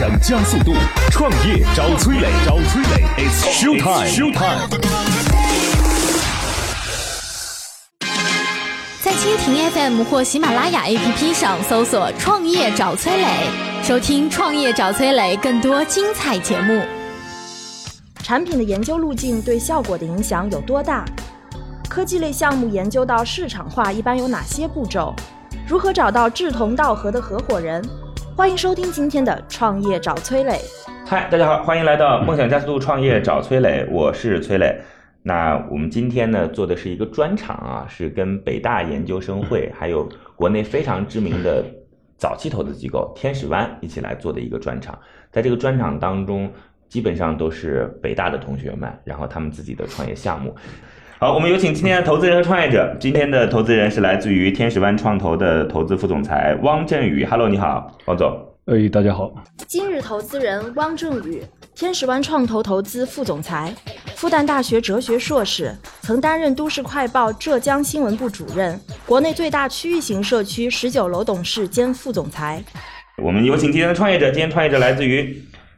让加速度，创业找崔磊，找崔磊，It's show time，show time。在蜻蜓 FM 或喜马拉雅 APP 上搜索“创业找崔磊”，收听“创业找崔磊”更多精彩节目。产品的研究路径对效果的影响有多大？科技类项目研究到市场化一般有哪些步骤？如何找到志同道合的合伙人？欢迎收听今天的《创业找崔磊》。嗨，大家好，欢迎来到梦想加速度创业找崔磊，我是崔磊。那我们今天呢做的是一个专场啊，是跟北大研究生会还有国内非常知名的早期投资机构天使湾一起来做的一个专场。在这个专场当中，基本上都是北大的同学们，然后他们自己的创业项目。好，我们有请今天的投资人和创业者。今天的投资人是来自于天使湾创投的投资副总裁汪振宇。Hello，你好，汪总。哎，大家好，今日投资人汪正宇，天使湾创投投资副总裁，复旦大学哲学硕士，曾担任都市快报浙江新闻部主任，国内最大区域型社区十九楼董事兼副总裁。我们有请今天的创业者，今天创业者来自于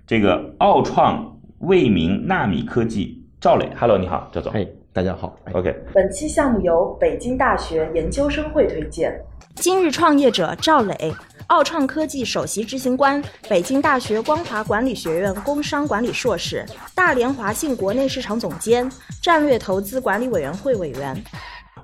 这个奥创未名纳米科技赵磊。Hello，你好，赵总。哎，大家好。哎， OK，本期项目由北京大学研究生会推荐。今日创业者赵磊，奥创科技首席执行官，北京大学光华管理学院工商管理硕士，大连华信国内市场总监，战略投资管理委员会委员。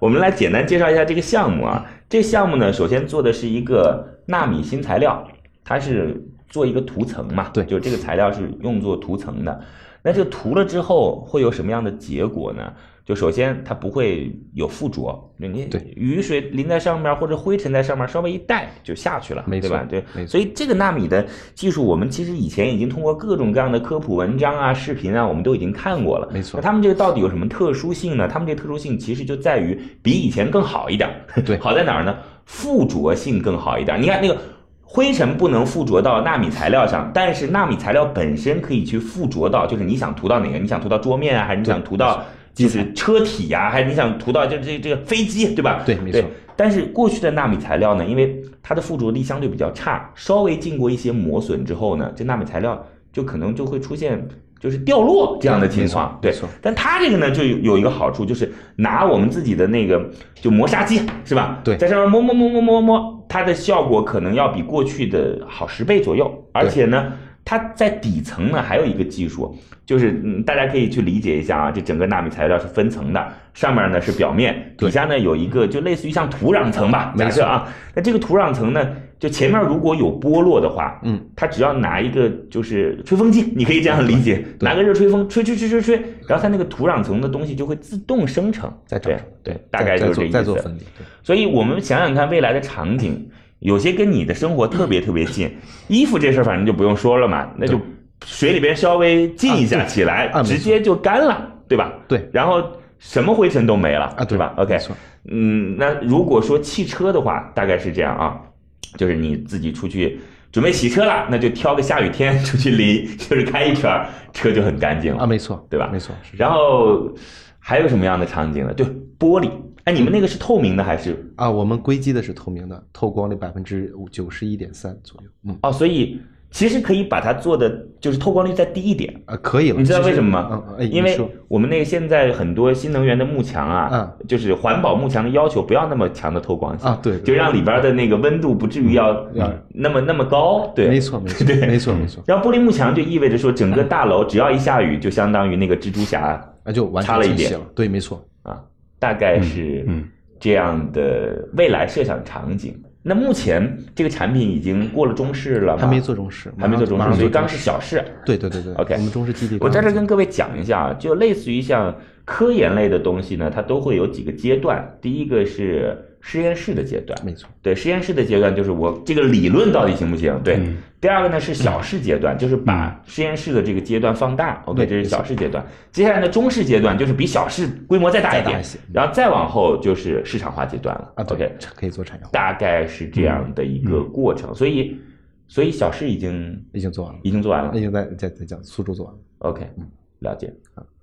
我们来简单介绍一下这个项目啊。这项目呢，首先做的是一个纳米新材料，它是做一个涂层嘛，对就这个材料是用作涂层的。那这个涂了之后会有什么样的结果呢？就首先它不会有附着，你对雨水淋在上面或者灰尘在上面，稍微一带就下去了，没对错吧？对，没错所以这个纳米的技术，我们其实以前已经通过各种各样的科普文章啊、视频啊，我们都已经看过了。没错那他们这个到底有什么特殊性呢？他们这个特殊性其实就在于比以前更好一点儿。 对好在哪儿呢？附着性更好一点儿。你看那个灰尘不能附着到纳米材料上，但是纳米材料本身可以去附着到，就是你想涂到哪个，你想涂到桌面啊，还是你想涂到就是车体呀、还是你想涂到就是这这个飞机，对吧？对没错但是过去的纳米材料呢，因为它的附着力相对比较差，稍微经过一些磨损之后呢，这纳米材料就可能就会出现就是掉落这样的情况。没对错没错，但它这个呢就有有一个好处，就是拿我们自己的那个就磨砂机是吧？对在上面磨磨磨磨磨磨，它的效果可能要比过去的好十倍左右，而且呢。它在底层呢，还有一个技术，就是嗯，大家可以去理解一下啊，这整个纳米材料是分层的，上面呢是表面，对底下呢有一个就类似于像土壤层吧，没假错设啊，那这个土壤层呢，就前面如果有剥落的话，嗯，它只要拿一个就是吹风机， 你可以这样理解，啊对拿个热吹风吹吹吹吹吹，然后它那个土壤层的东西就会自动生成，再找对找，对，大概再就是这做意思。再做分离。对所以我们想想看未来的场景，有些跟你的生活特别特别 近，衣服这事儿反正就不用说了嘛，那就对水里边稍微浸一下起来，啊没错直接就干了，对吧？对然后什么灰尘都没了啊，对吧？OK，没错，嗯，那如果说汽车的话，大概是这样啊，就是你自己出去准备洗车了，那就挑个下雨天 出去淋，就是开一圈儿，车就很干净了啊，。没错，对吧没错，是这样然后还有什么样的场景呢？对，玻璃。哎，你们那个是透明的还是？啊，我们硅基的是透明的，透光率百分之九十一点三左右。嗯，哦，所以其实可以把它做的就是透光率再低一点。啊，可以了。你知道其实为什么吗？嗯，哎，因你为说我们那个现在很多新能源的幕墙啊，嗯就是环保幕墙的要求不要那么强的透光性啊对对就让里边的那个温度不至于要要那么那么高，对，没错，没错，对没错，没错，然后玻璃幕墙就意味着说，整个大楼只要一下雨，就相当于那个蜘蛛侠那就完差全了一清晰点了。对，没错，啊，大概是嗯嗯这样的未来设想场景。那目前这个产品已经过了中试了吗？还没做，中试，还没做中马试，上所以刚做是中试小试。对对对对 OK 我们中试基地刚我刚在做。这儿跟各位讲一下啊，就类似于像科研类的东西呢，它都会有几个阶段。第一个是实验室的阶段，没错，对实验室的阶段就是我这个理论到底行不行？对。嗯第二个呢是小试阶段，就是把实验室的这个阶段放大。OK，对这是小试阶段。接下来呢中试阶段就是比小试规模再大一再大点一些，然后再往后就是市场化阶段了。啊，对嗯 OK，可以做产业化，大概是这样的一个过程。所以，所以小试已经已经做完了，已经做完了已。经在在在讲苏州做完了。 OK，了解。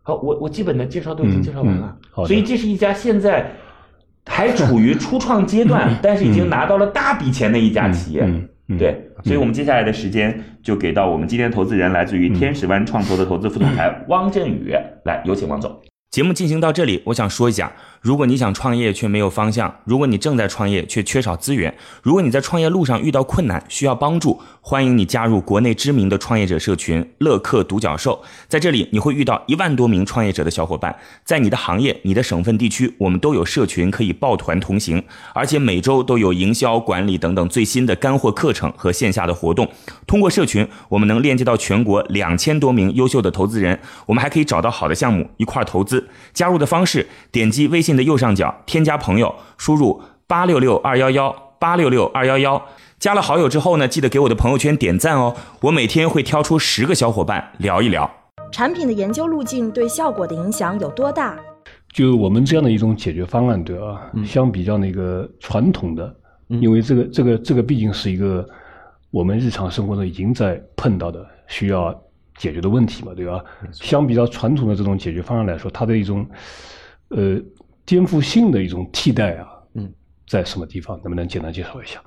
好，我我基本的介绍都已经介绍完了，嗯嗯嗯好的所以这是一家现在 还处于初创阶段，但是已经拿到了大笔钱的一家企业。嗯嗯对，所以我们接下来的时间就给到我们今天的投资人，来自嗯于天使湾创投的投资副总裁汪振宇，来有请汪总。节目进行到这里，我想说一下：如果你想创业却没有方向，如果你正在创业却缺少资源，如果你在创业路上遇到困难需要帮助，欢迎你加入国内知名的创业者社群“乐客独角兽”。在这里，你会遇到一万多名创业者的小伙伴，在你的行业、你的省份、地区，我们都有社群可以抱团同行，而且每周都有营销管理等等最新的干货课程和线下的活动。通过社群，我们能链接到全国两千多名优秀的投资人，我们还可以找到好的项目一块儿投资。加入的方式，点击微信的右上角添加朋友，输入八六六二幺幺八六六二幺幺。加了好友之后呢，记得给我的朋友圈点赞哦。我每天会挑出十个小伙伴聊一聊。产品的研究路径对效果的影响有多大？就我们这样的一种解决方案，对吧？嗯相比较那个传统的，因为这个这个这个毕竟是一个我们日常生活中已经在碰到的需要解决的问题嘛，对吧？相比较传统的这种解决方案来说，它的一种呃颠覆性的一种替代啊，嗯，在什么地方？能不能简单介绍一下？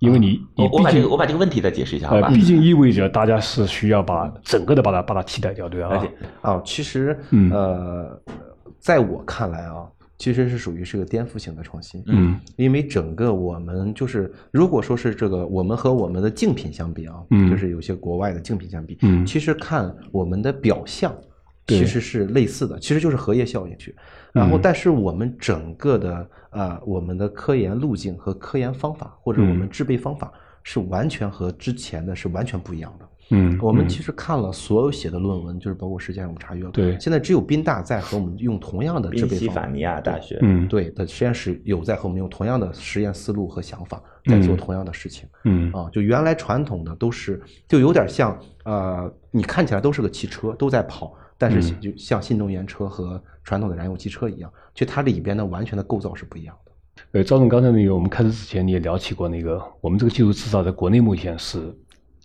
因为你你啊我我毕把这竟个我把这个问题再解释一下好呃吧，？毕竟意味着大家是需要把整个的把它把它替代掉，对而吧且？啊，其实嗯呃，在我看来啊，其实是属于是个颠覆性的创新。嗯因为整个我们就是，如果说是这个我们和我们的竞品相比啊，嗯就是有些国外的竞品相比，嗯其实看我们的表象，对其实是类似的，其实就是荷叶效应去。然后，嗯但是我们整个的啊、呃我们的科研路径和科研方法，或者我们嗯制备方法，是完全和之前的是完全不一样的。嗯，我们嗯其实看了所有写的论文，就是包括实践上我们查阅了，对现在只有宾大在和我们用同样的制宾备夕方法法。尼亚大学，嗯对的实验室有在和我们用同样的实验思路和想法在做嗯同样的事情、嗯啊。就原来传统的都是，就有点像呃，你看起来都是个汽车，都在跑，但是嗯就像新能源车和传统的燃油汽车一样，其实它里边的完全的构造是不一样的。呃，赵总，刚才那个我们开始之前你也聊起过那个，我们这个技术至少在国内目前是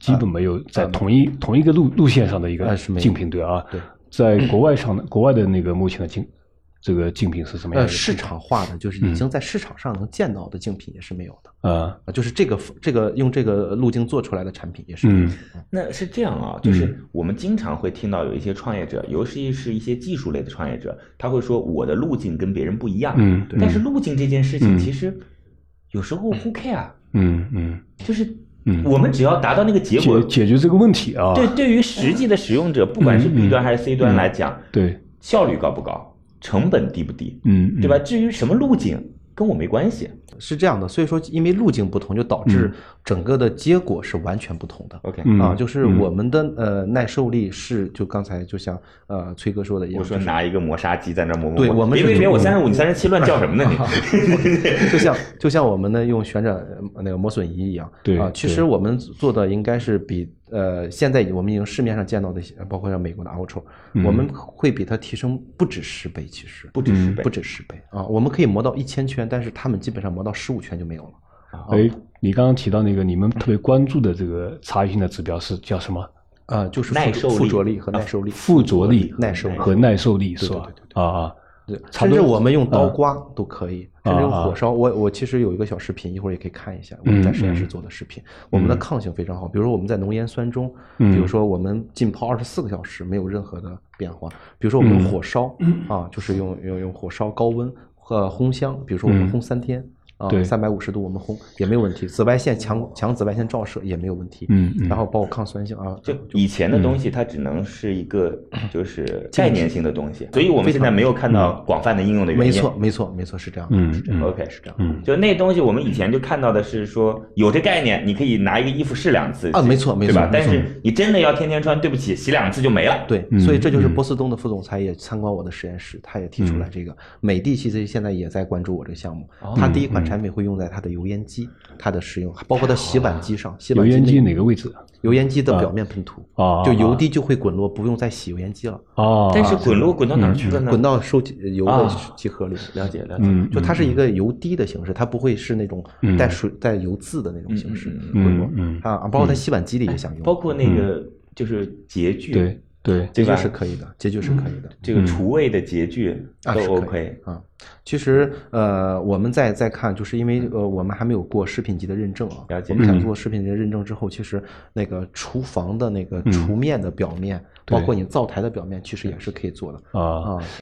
基本没有在同一、同一个路路线上的一个啊是没有竞品，对啊，对，在国外上的国外的那个目前的竞这个竞品是什么样呃，的一个嗯市竞品？场化的就是已经在市场上能见到的竞品也是没有的。啊，啊，就是这个这个用这个路径做出来的产品也是没嗯有的，那是这样啊，就是我们经常会听到有一些创业者，尤其是一些技术类的创业者，他会说我的路径跟别人不一样。嗯对但是路径这件事情嗯其实有时候 who care，嗯嗯就是嗯我们只要达到那个结果解，解决这个问题啊，对对于实际的使用者，不管是嗯 B 端还是 C 端来讲，对，效率高不高，成本低不低，嗯，对吧？嗯？至于什么路径跟我没关系。是这样的。所以说，因为路径不同，就导致整个的结果是完全不同的。 OK，嗯啊，就是嗯我们的呃耐受力是，就刚才就像呃崔哥说的一样，我说就是拿一个磨砂机在那磨磨，对磨我们别是别别，我嗯三十五，你三十七，乱叫什 么呢你？就像就像我们的用旋转呃那个磨损仪一样，对啊，其实对我们做的应该是比呃现在我们已经市面上见到的一些，呃包括像美国的 Ultra，、我嗯们会比它提升不止十倍，其实不止十嗯倍不，止十倍啊，我们可以磨到一千圈，但是他们基本上磨到十五圈就没有了。哎，你刚刚提到那个你们特别关注的这个差异性的指标是叫什么？啊，就是耐附受力啊附着力和耐受力，附着力、耐受力和耐受力是对吧对对？啊啊，对，差甚不多嗯至我们用刀刮都可以，啊嗯甚至用火烧。我我其实有一个小视频，一会儿也可以看一下我们在实验室做的视频。我们的抗性非常好，比如说我们在浓盐酸中，嗯比如说我们浸泡二十四个小时没有任何的变化，比如说我嗯们用火烧啊，就是用用用火烧高温呃烘箱，比如说我们嗯烘三天。啊对，三百五十度我们烘也没有问题，紫外线强强紫外线照射也没有问题，嗯嗯然后包括抗酸性啊，就以前的东西，它只能是一个就是概念性的东西，所以我们现在没有看到广泛的应用的原没因。错没错没错是这样的，嗯是这样的，OK，是这样的。嗯就那东西，我们以前就看到的是说有这概念，你可以拿一个衣服试两次啊没错没嗯错对吧？没但错是你真的要天天穿，对不起，洗两次就没了。啊对嗯，所以这就是嗯波司登的副总裁也参观我的实验室，他也提出来这个。美的其实现在也在关注我这个项目，哦他第一嗯款产品会用在它的油烟机，它的使用，包括它洗碗机上，洗油碗烟内机哪个位置？油烟机的表面喷涂，啊啊就油滴就会滚落，不用再洗油烟机了，哦，但是滚落滚到哪儿去了呢？滚到收集油的啊集合里。了解了解。嗯，就它是一个个油滴的形式，它不会是那种嗯带水带油渍的那种形式嗯哎滚落嗯嗯嗯啊，包括在洗碗机里也想用，包括那个就是洁具，对对，结对局吧是可以的，结局是可以的。这个嗯厨卫的结局啊都是可以 OK，啊，其实呃，我们再再看，就是因为呃，我们还没有过食品级的认证啊。了解我们嗯想做食品级的认证之后，其实那个厨房的那个嗯厨面的表面，包括你灶台的表面，其实也是可以做的啊，啊。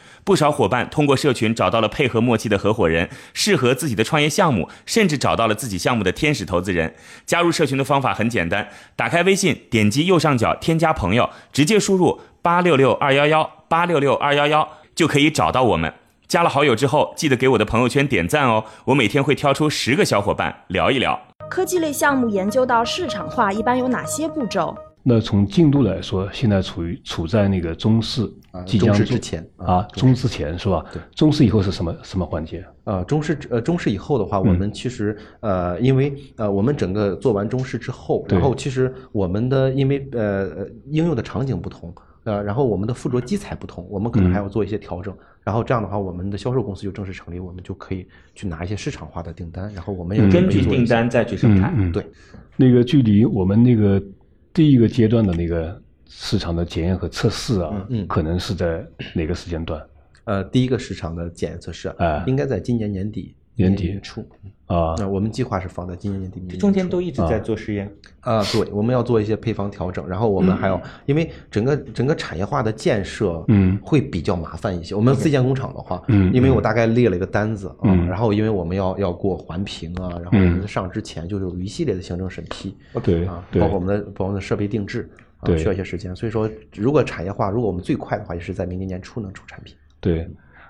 不少伙伴通过社群找到了配合默契的合伙人，适合自己的创业项目，甚至找到了自己项目的天使投资人。加入社群的方法很简单，打开微信，点击右上角添加朋友，直接输入八六六二幺幺八六六二幺幺就可以找到我们。加了好友之后，记得给我的朋友圈点赞哦，我每天会挑出十个小伙伴聊一聊。科技类项目研究到市场化一般有哪些步骤？那从进度来说，现在处于处在那个中试啊即中将试做之前啊啊，中试前是吧？对中试以后是什么什么环节？啊呃，中式呃中式以后的话，嗯我们其实呃，因为呃，我们整个做完中式之后，对然后其实我们的因为呃呃应用的场景不同，呃，然后我们的附着基材不同，我们可嗯能还要做一些调整。然后这样的话，我们的销售公司就正式成立，我们就可以去拿一些市场化的订单，然后我们也嗯根可以据做一订些单再去生产。嗯，对，那个距离我们那个第一个阶段的那个市场的检验和测试啊，嗯嗯可能是在哪个时间段呃第一个市场的检验测试，啊哎应该在今年年底年底底初。啊？那我们计划是放在今年年底，明年中间初都一直在做实验，啊，对，我们要做一些配方调整，然后我们还要，因为整个整个产业化的建设，嗯会比较麻烦一些。我们自建工厂的话，嗯因为我大概列了一个单子啊嗯，然后因为我们要要过环评啊，然后我们上之前就是有一系列的行政审批对啊，对包括我们的包括我们的设备定制啊，对需要一些时间。所以说，如果产业化，如果我们最快的话，也是在明年年初能出产品。对，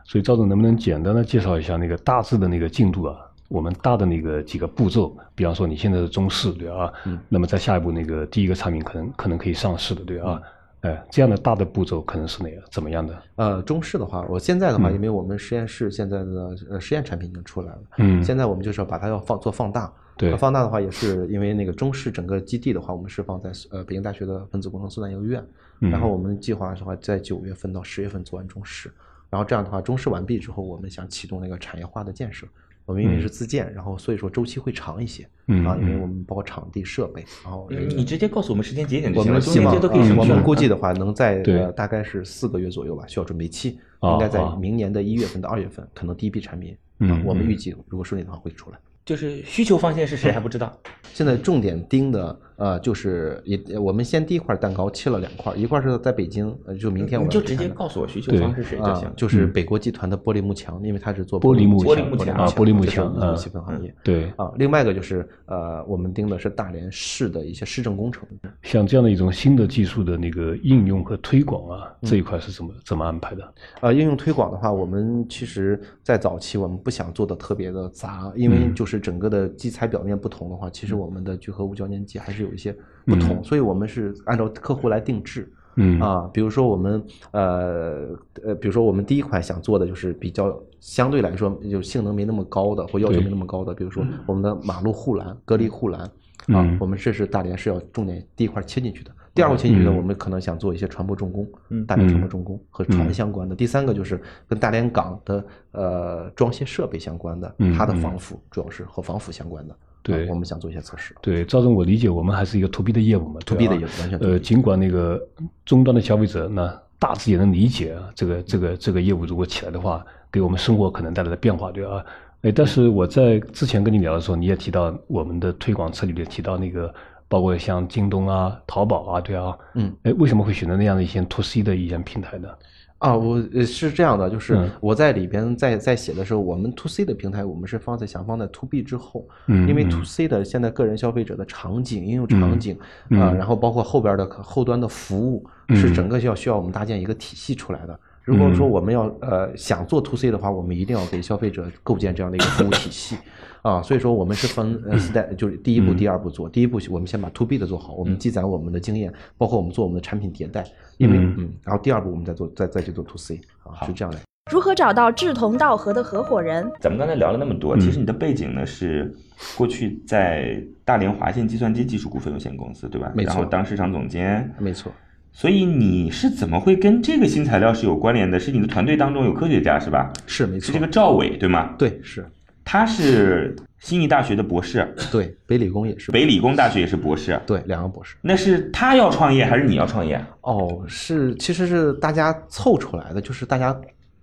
所以赵总能不能简单的介绍一下那个大致的那个进度啊？我们大的那个几个步骤，比方说你现在是中试对啊，嗯那么在下一步那个第一个产品可能可能可以上市的对啊，嗯哎，这样的大的步骤可能是哪个怎么样的？呃，中式的话，我现在的话，嗯因为我们实验室现在的呃实验产品已经出来了，嗯现在我们就是要把它要放做放大。对呃放大的话也是因为那个中式整个基地的话，我们是放在呃北京大学的分子工程苏南研究院，嗯然后我们计划的话在九月份到十月份做完中式，然后这样的话中式完毕之后，我们想启动那个产业化的建设。我们因为是自建，然后所以说周期会长一些，嗯啊，因为嗯我们包括场地设备，然后这个嗯你直接告诉我们时间节点就我行们了，中希间望这都可以嗯生我产们估计的话，能在对呃大概是四个月左右吧，需要准备期，啊应该在啊明年的一月份到二月份，可能第一批产品，嗯啊我们嗯预计如果顺利的话会出来。就是需求方向是谁还不知 道，现在重点盯的呃就是也我们先第一块蛋糕切了两块，一块是在北京，呃就明天你我们就要直去接看的告诉我需求方是谁就行啊了，。就是北国集团的玻璃幕墙，因为它是做嗯玻璃幕墙墙玻啊玻璃幕这是墙我们的嗯细分行业。对，啊，另外一个就是呃，我们盯的是大连市的一些市政工程，像这样的一种新的技术的那个应用和推广啊，嗯这一块是怎么怎么安排的？呃，应用推广的话，我们其实在早期我们不想做的特别的杂，因为嗯就是整个的基材表面不同的话，其实我们的聚合物胶粘剂还是有一些不同，所以我们是按照客户来定制。嗯啊，比如说我们呃呃，比如说我们第一款想做的就是比较相对来说就性能没那么高的，或要求对没那么高的，比如说我们的马路护栏、隔离护栏啊嗯，我们这是大连是要重点第一块切进去的。第二块切进去呢，嗯我们可能想做一些船舶重工，嗯大连船嗯舶重工和船相关的。第三个就是跟大连港的呃装卸设备相关的嗯，它的嗯防腐主要是和防腐相关的。对啊我们想做一些测试。对，赵总，我理解我们还是一个 to B 的业务嘛 to 对 B 吧的业务完全 to 呃， B 尽管那个终端的消费者呢，大致也能理解啊，这个这个这个业务如果起来的话，给我们生活可能带来的变化，对吧、哎，但是我在之前跟你聊的时候，你也提到我们的推广策略里提到那个，包括像京东啊、淘宝啊，对啊，嗯，哎，为什么会选择那样的一些 to C 的一些平台呢？啊，我呃是这样的，就是嗯我在里边在在写的时候，我们 to C 的平台，我们是放在想放在 to B 之后，嗯因为嗯 to C 的现在个人消费者的场景、应用场景嗯啊，嗯然后包括后边的后端的服务，嗯是整个需要需要我们搭建一个体系出来的。如果说嗯我们要呃想做 to C 的话，我们一定要给消费者构建这样的一个服务体系。啊，所以说我们是分呃 step，就是第嗯一步、第二步做。第一步我们先把 to B 的做好，我们积攒我们的经验，包括我们做我们的产品迭代，因为嗯嗯，然后第二步我们再做，再再去做 to C 啊，是这样的。如何找到志同道合的合伙人？咱们刚才聊了那么嗯多，其实你的背景呢是过去在大连华信计算机技术股份有限公司，对吧？没错然后当市场总监，没错，所以你是怎么会跟这个新材料是有关联的？是你的团队当中有科学家是吧？是没是错这，个赵伟对吗？对是，他是悉尼大学的博士，对北理工也是，北理工大学也是博士。对两个博士。那是他要创业还是你要创业？哦，是其实是大家凑出来的，就是大家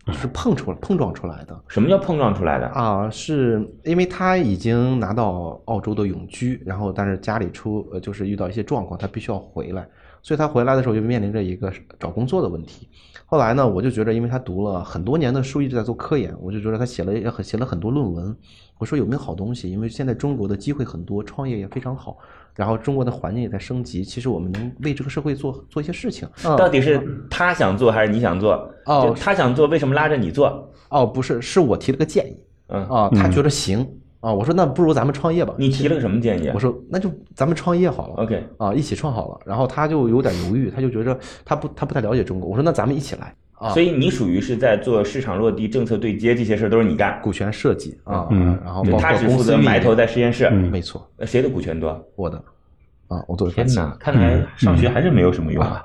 就是碰出来碰撞出来的。什么叫碰撞出来的？啊，是因为他已经拿到澳洲的永居，然后但是家里出呃就是遇到一些状况，他必须要回来，所以他回来的时候就面临着一个找工作的问题。后来呢，我就觉得，因为他读了很多年的书，一直在做科研，我就觉得他写了也很写了很多论文。我说有没有好东西？因为现在中国的机会很多，创业也非常好，然后中国的环境也在升级，其实我们能为这个社会做做一些事情。嗯到底是他想做还是你想做？哦就他想做，为什么拉着你做？哦，不是，是我提了个建议嗯，啊，他觉得行啊，我说那不如咱们创业吧。你提了个什么建议？我说那就咱们创业好了 OK 啊，一起创好了。然后他就有点犹豫，他就觉着他不他不太了解中国。我说那咱们一起来啊，所以你属于是在做市场落地、政策对接这些事儿都是你干，股权设计啊，嗯然后就包他括只公负司责运埋头营，在实验室。嗯没错，呃谁的股权多？我的啊，我做的天哪，看来嗯上学还是没有什么用 啊！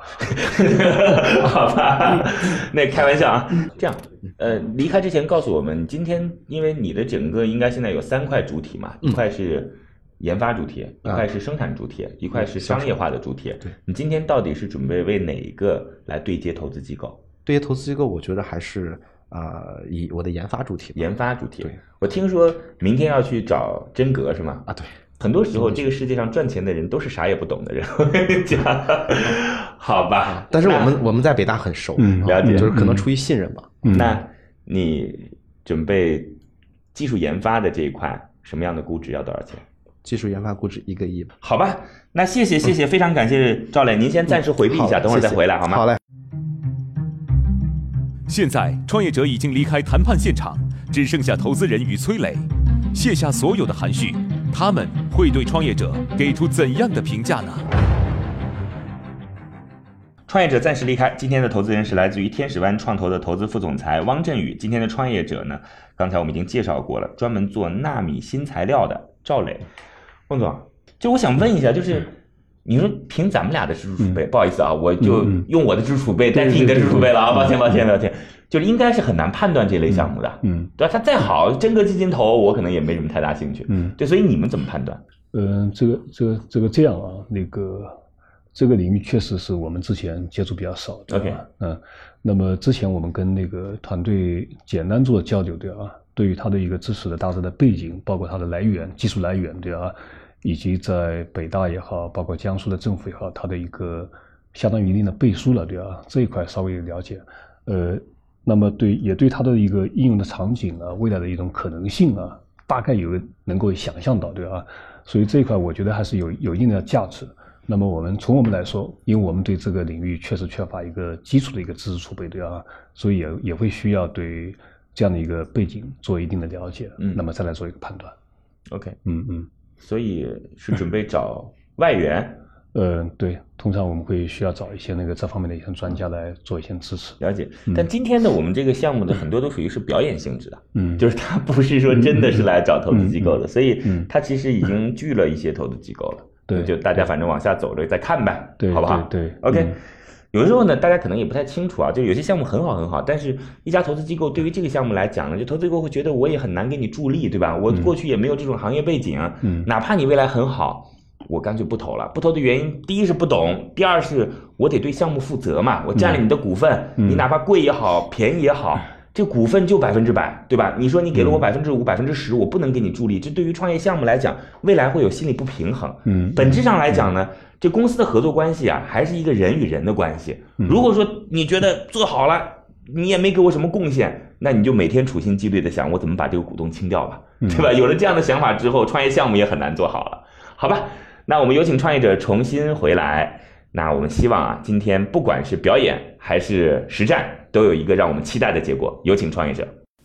好吧，嗯那开玩笑啊。这样，呃，离开之前告诉我们，今天因为你的整个应该现在有三块主体嘛，一块是研发主体，一嗯啊嗯块是生产主体，一块是商业化的主体对。你今天到底是准备为哪一个来对接投资机构？对于投资机构，我觉得还是啊以我的研发主体吧研发主体对。我听说明天要去找真格是吗？啊，对，很多时候，这个世界上赚钱的人都是啥也不懂的人。我跟你讲， 好吧。嗯但是我们我们在北大很熟，嗯啊了解就是可能出于信任吧。嗯那你准备技术研发的这一块，什么样的估值要多少钱？技术研发估值一个亿吧，好吧，那谢谢谢谢，非常感谢赵磊，您先暂时回避一下，好等会儿再谢谢回嗯来好吗？好嘞。现在创业者已经离开谈判现场，只剩下投资人与崔磊，卸下所有的含蓄，他们会对创业者给出怎样的评价呢？创业者暂时离开。今天的投资人是来自于天使湾创投的投资副总裁汪振宇。今天的创业者呢，刚才我们已经介绍过了，专门做纳米新材料的赵磊。汪总，就我想问一下，嗯就是你说凭咱们俩的知识储备，不好意思啊，我就嗯嗯嗯用我的知识储备代替你的知识储备了啊，抱歉抱歉抱歉，就是应该是很难判断这类项目的，嗯对吧？它再好，真格基金投，我可能也没什么太大兴趣。嗯对，所以你们怎么判断？嗯，这个这个这个这样啊，那个这个领域确实是我们之前接触比较少的 OK 啊。嗯，那么之前我们跟那个团队简单做交流，对啊，对于他的一个知识的大致的背景，包括它的来源、技术来源，对啊，以及在北大也好，包括江苏的政府也好，它的一个相当于一定的背书了，对啊，这一块稍微了解。呃，那么对也对它的一个应用的场景啊，未来的一种可能性啊，大概有能够想象到，啊对吧？所以这一块我觉得还是有有一定的价值。那么我们从我们来说，因为我们对这个领域确实缺乏一个基础的一个知识储备，对吧？所以也也会需要对这样的一个背景做一定的了解，嗯那么再来做一个判断。 OK，嗯嗯，所以是准备找外援。呃，对，通常我们会需要找一些那个这方面的一些专家来做一些支持。了解，但今天的我们这个项目的很多都属于是表演性质的，嗯，就是它不是说真的是来找投资机构的，所以嗯它其实已经聚了一些投资机构了。对就大家反正往下走着再看呗，对好不好？对对 OK，、嗯有的时候呢，大家可能也不太清楚啊，就有些项目很好很好，但是一家投资机构对于这个项目来讲呢，就投资机构会觉得我也很难给你助力，对吧？我过去也没有这种行业背景，嗯哪怕你未来很好。我干脆不投了，不投的原因，第一是不懂，第二是我得对项目负责嘛，我占了你的股份，嗯你哪怕贵也好，便宜也好，这股份就百分之百，对吧？你说你给了嗯我百分之五、百分之十，我不能给你助力，这对于创业项目来讲，未来会有心理不平衡。嗯本质上来讲呢，这公司的合作关系啊，还是一个人与人的关系。嗯如果说你觉得做好了，你也没给我什么贡献，那你就每天处心积虑的想我怎么把这个股东清掉吧，嗯对吧？有了这样的想法之后，创业项目也很难做好了，好吧？那我们有请创业者重新回来。那我们希望啊，今天不管是表演还是实战，都有一个让我们期待的结果。有请创业者。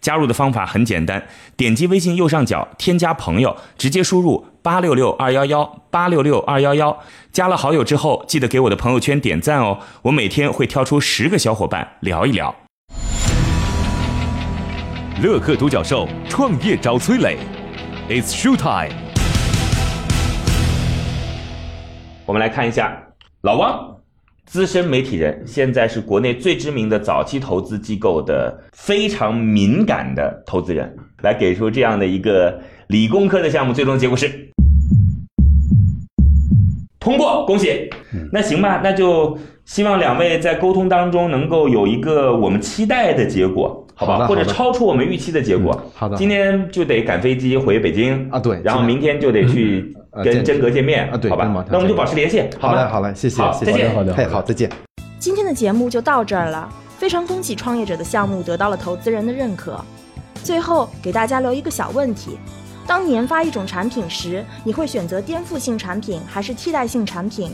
加入的方法很简单，点击微信右上角添加朋友，直接输入八六六二幺幺八六六二幺幺。加了好友之后，记得给我的朋友圈点赞哦，我每天会挑出十个小伙伴聊一聊。乐客独角兽创业找崔磊，It's show time。我们来看一下老汪，资深媒体人，现在是国内最知名的早期投资机构的非常敏感的投资人，来给出这样的一个理工科的项目，最终结果是通过，恭喜。嗯那行吧，那就希望两位在沟通当中能够有一个我们期待的结果，好吧？好的或者好的超出我们预期的结果。好的今天就得赶飞机回北京啊对然后今天明天就得去呃跟见真格见面啊对好吧跟马？上那我们就见保持联系，好好嘞，吧？好嘞，谢谢好，谢再谢，见好的好的嘿，好，再见。今天的节目就到这儿了，非常恭喜创业者的项目得到了投资人的认可。最后给大家留一个小问题：当你研发一种产品时，你会选择颠覆性产品还是替代性产品？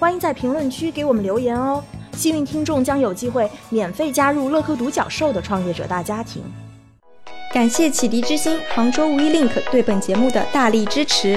欢迎在评论区给我们留言哦，幸运听众将有机会免费加入乐客独角兽的创业者大家庭。感谢启迪之星、杭州无一 link 对本节目的大力支持。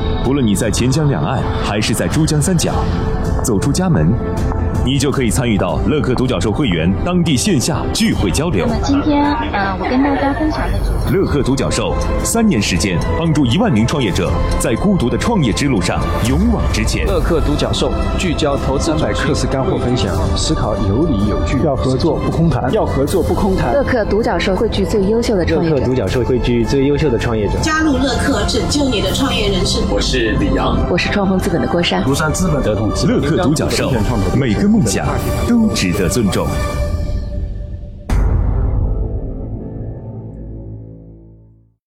不论你在钱江两岸还是在珠江三角，走出家门，你就可以参与到乐客独角兽会员当地线下聚会交流那。么今天，呃，我跟大家分享的主题乐客独角兽三年时间，帮助一万名创业者在孤独的创业之路上勇往直前。乐客独角兽聚焦投资百课时干货分享，思考有理有据，要合作不空谈，要合作不空谈。乐客独角兽汇聚最优秀的创业者。角兽汇聚最优秀的创业者。加入乐客，拯救你的创业人生。我是李阳，我是创丰资本的郭珊。庐山资本的董事乐客独角兽，每个梦想都值得尊重。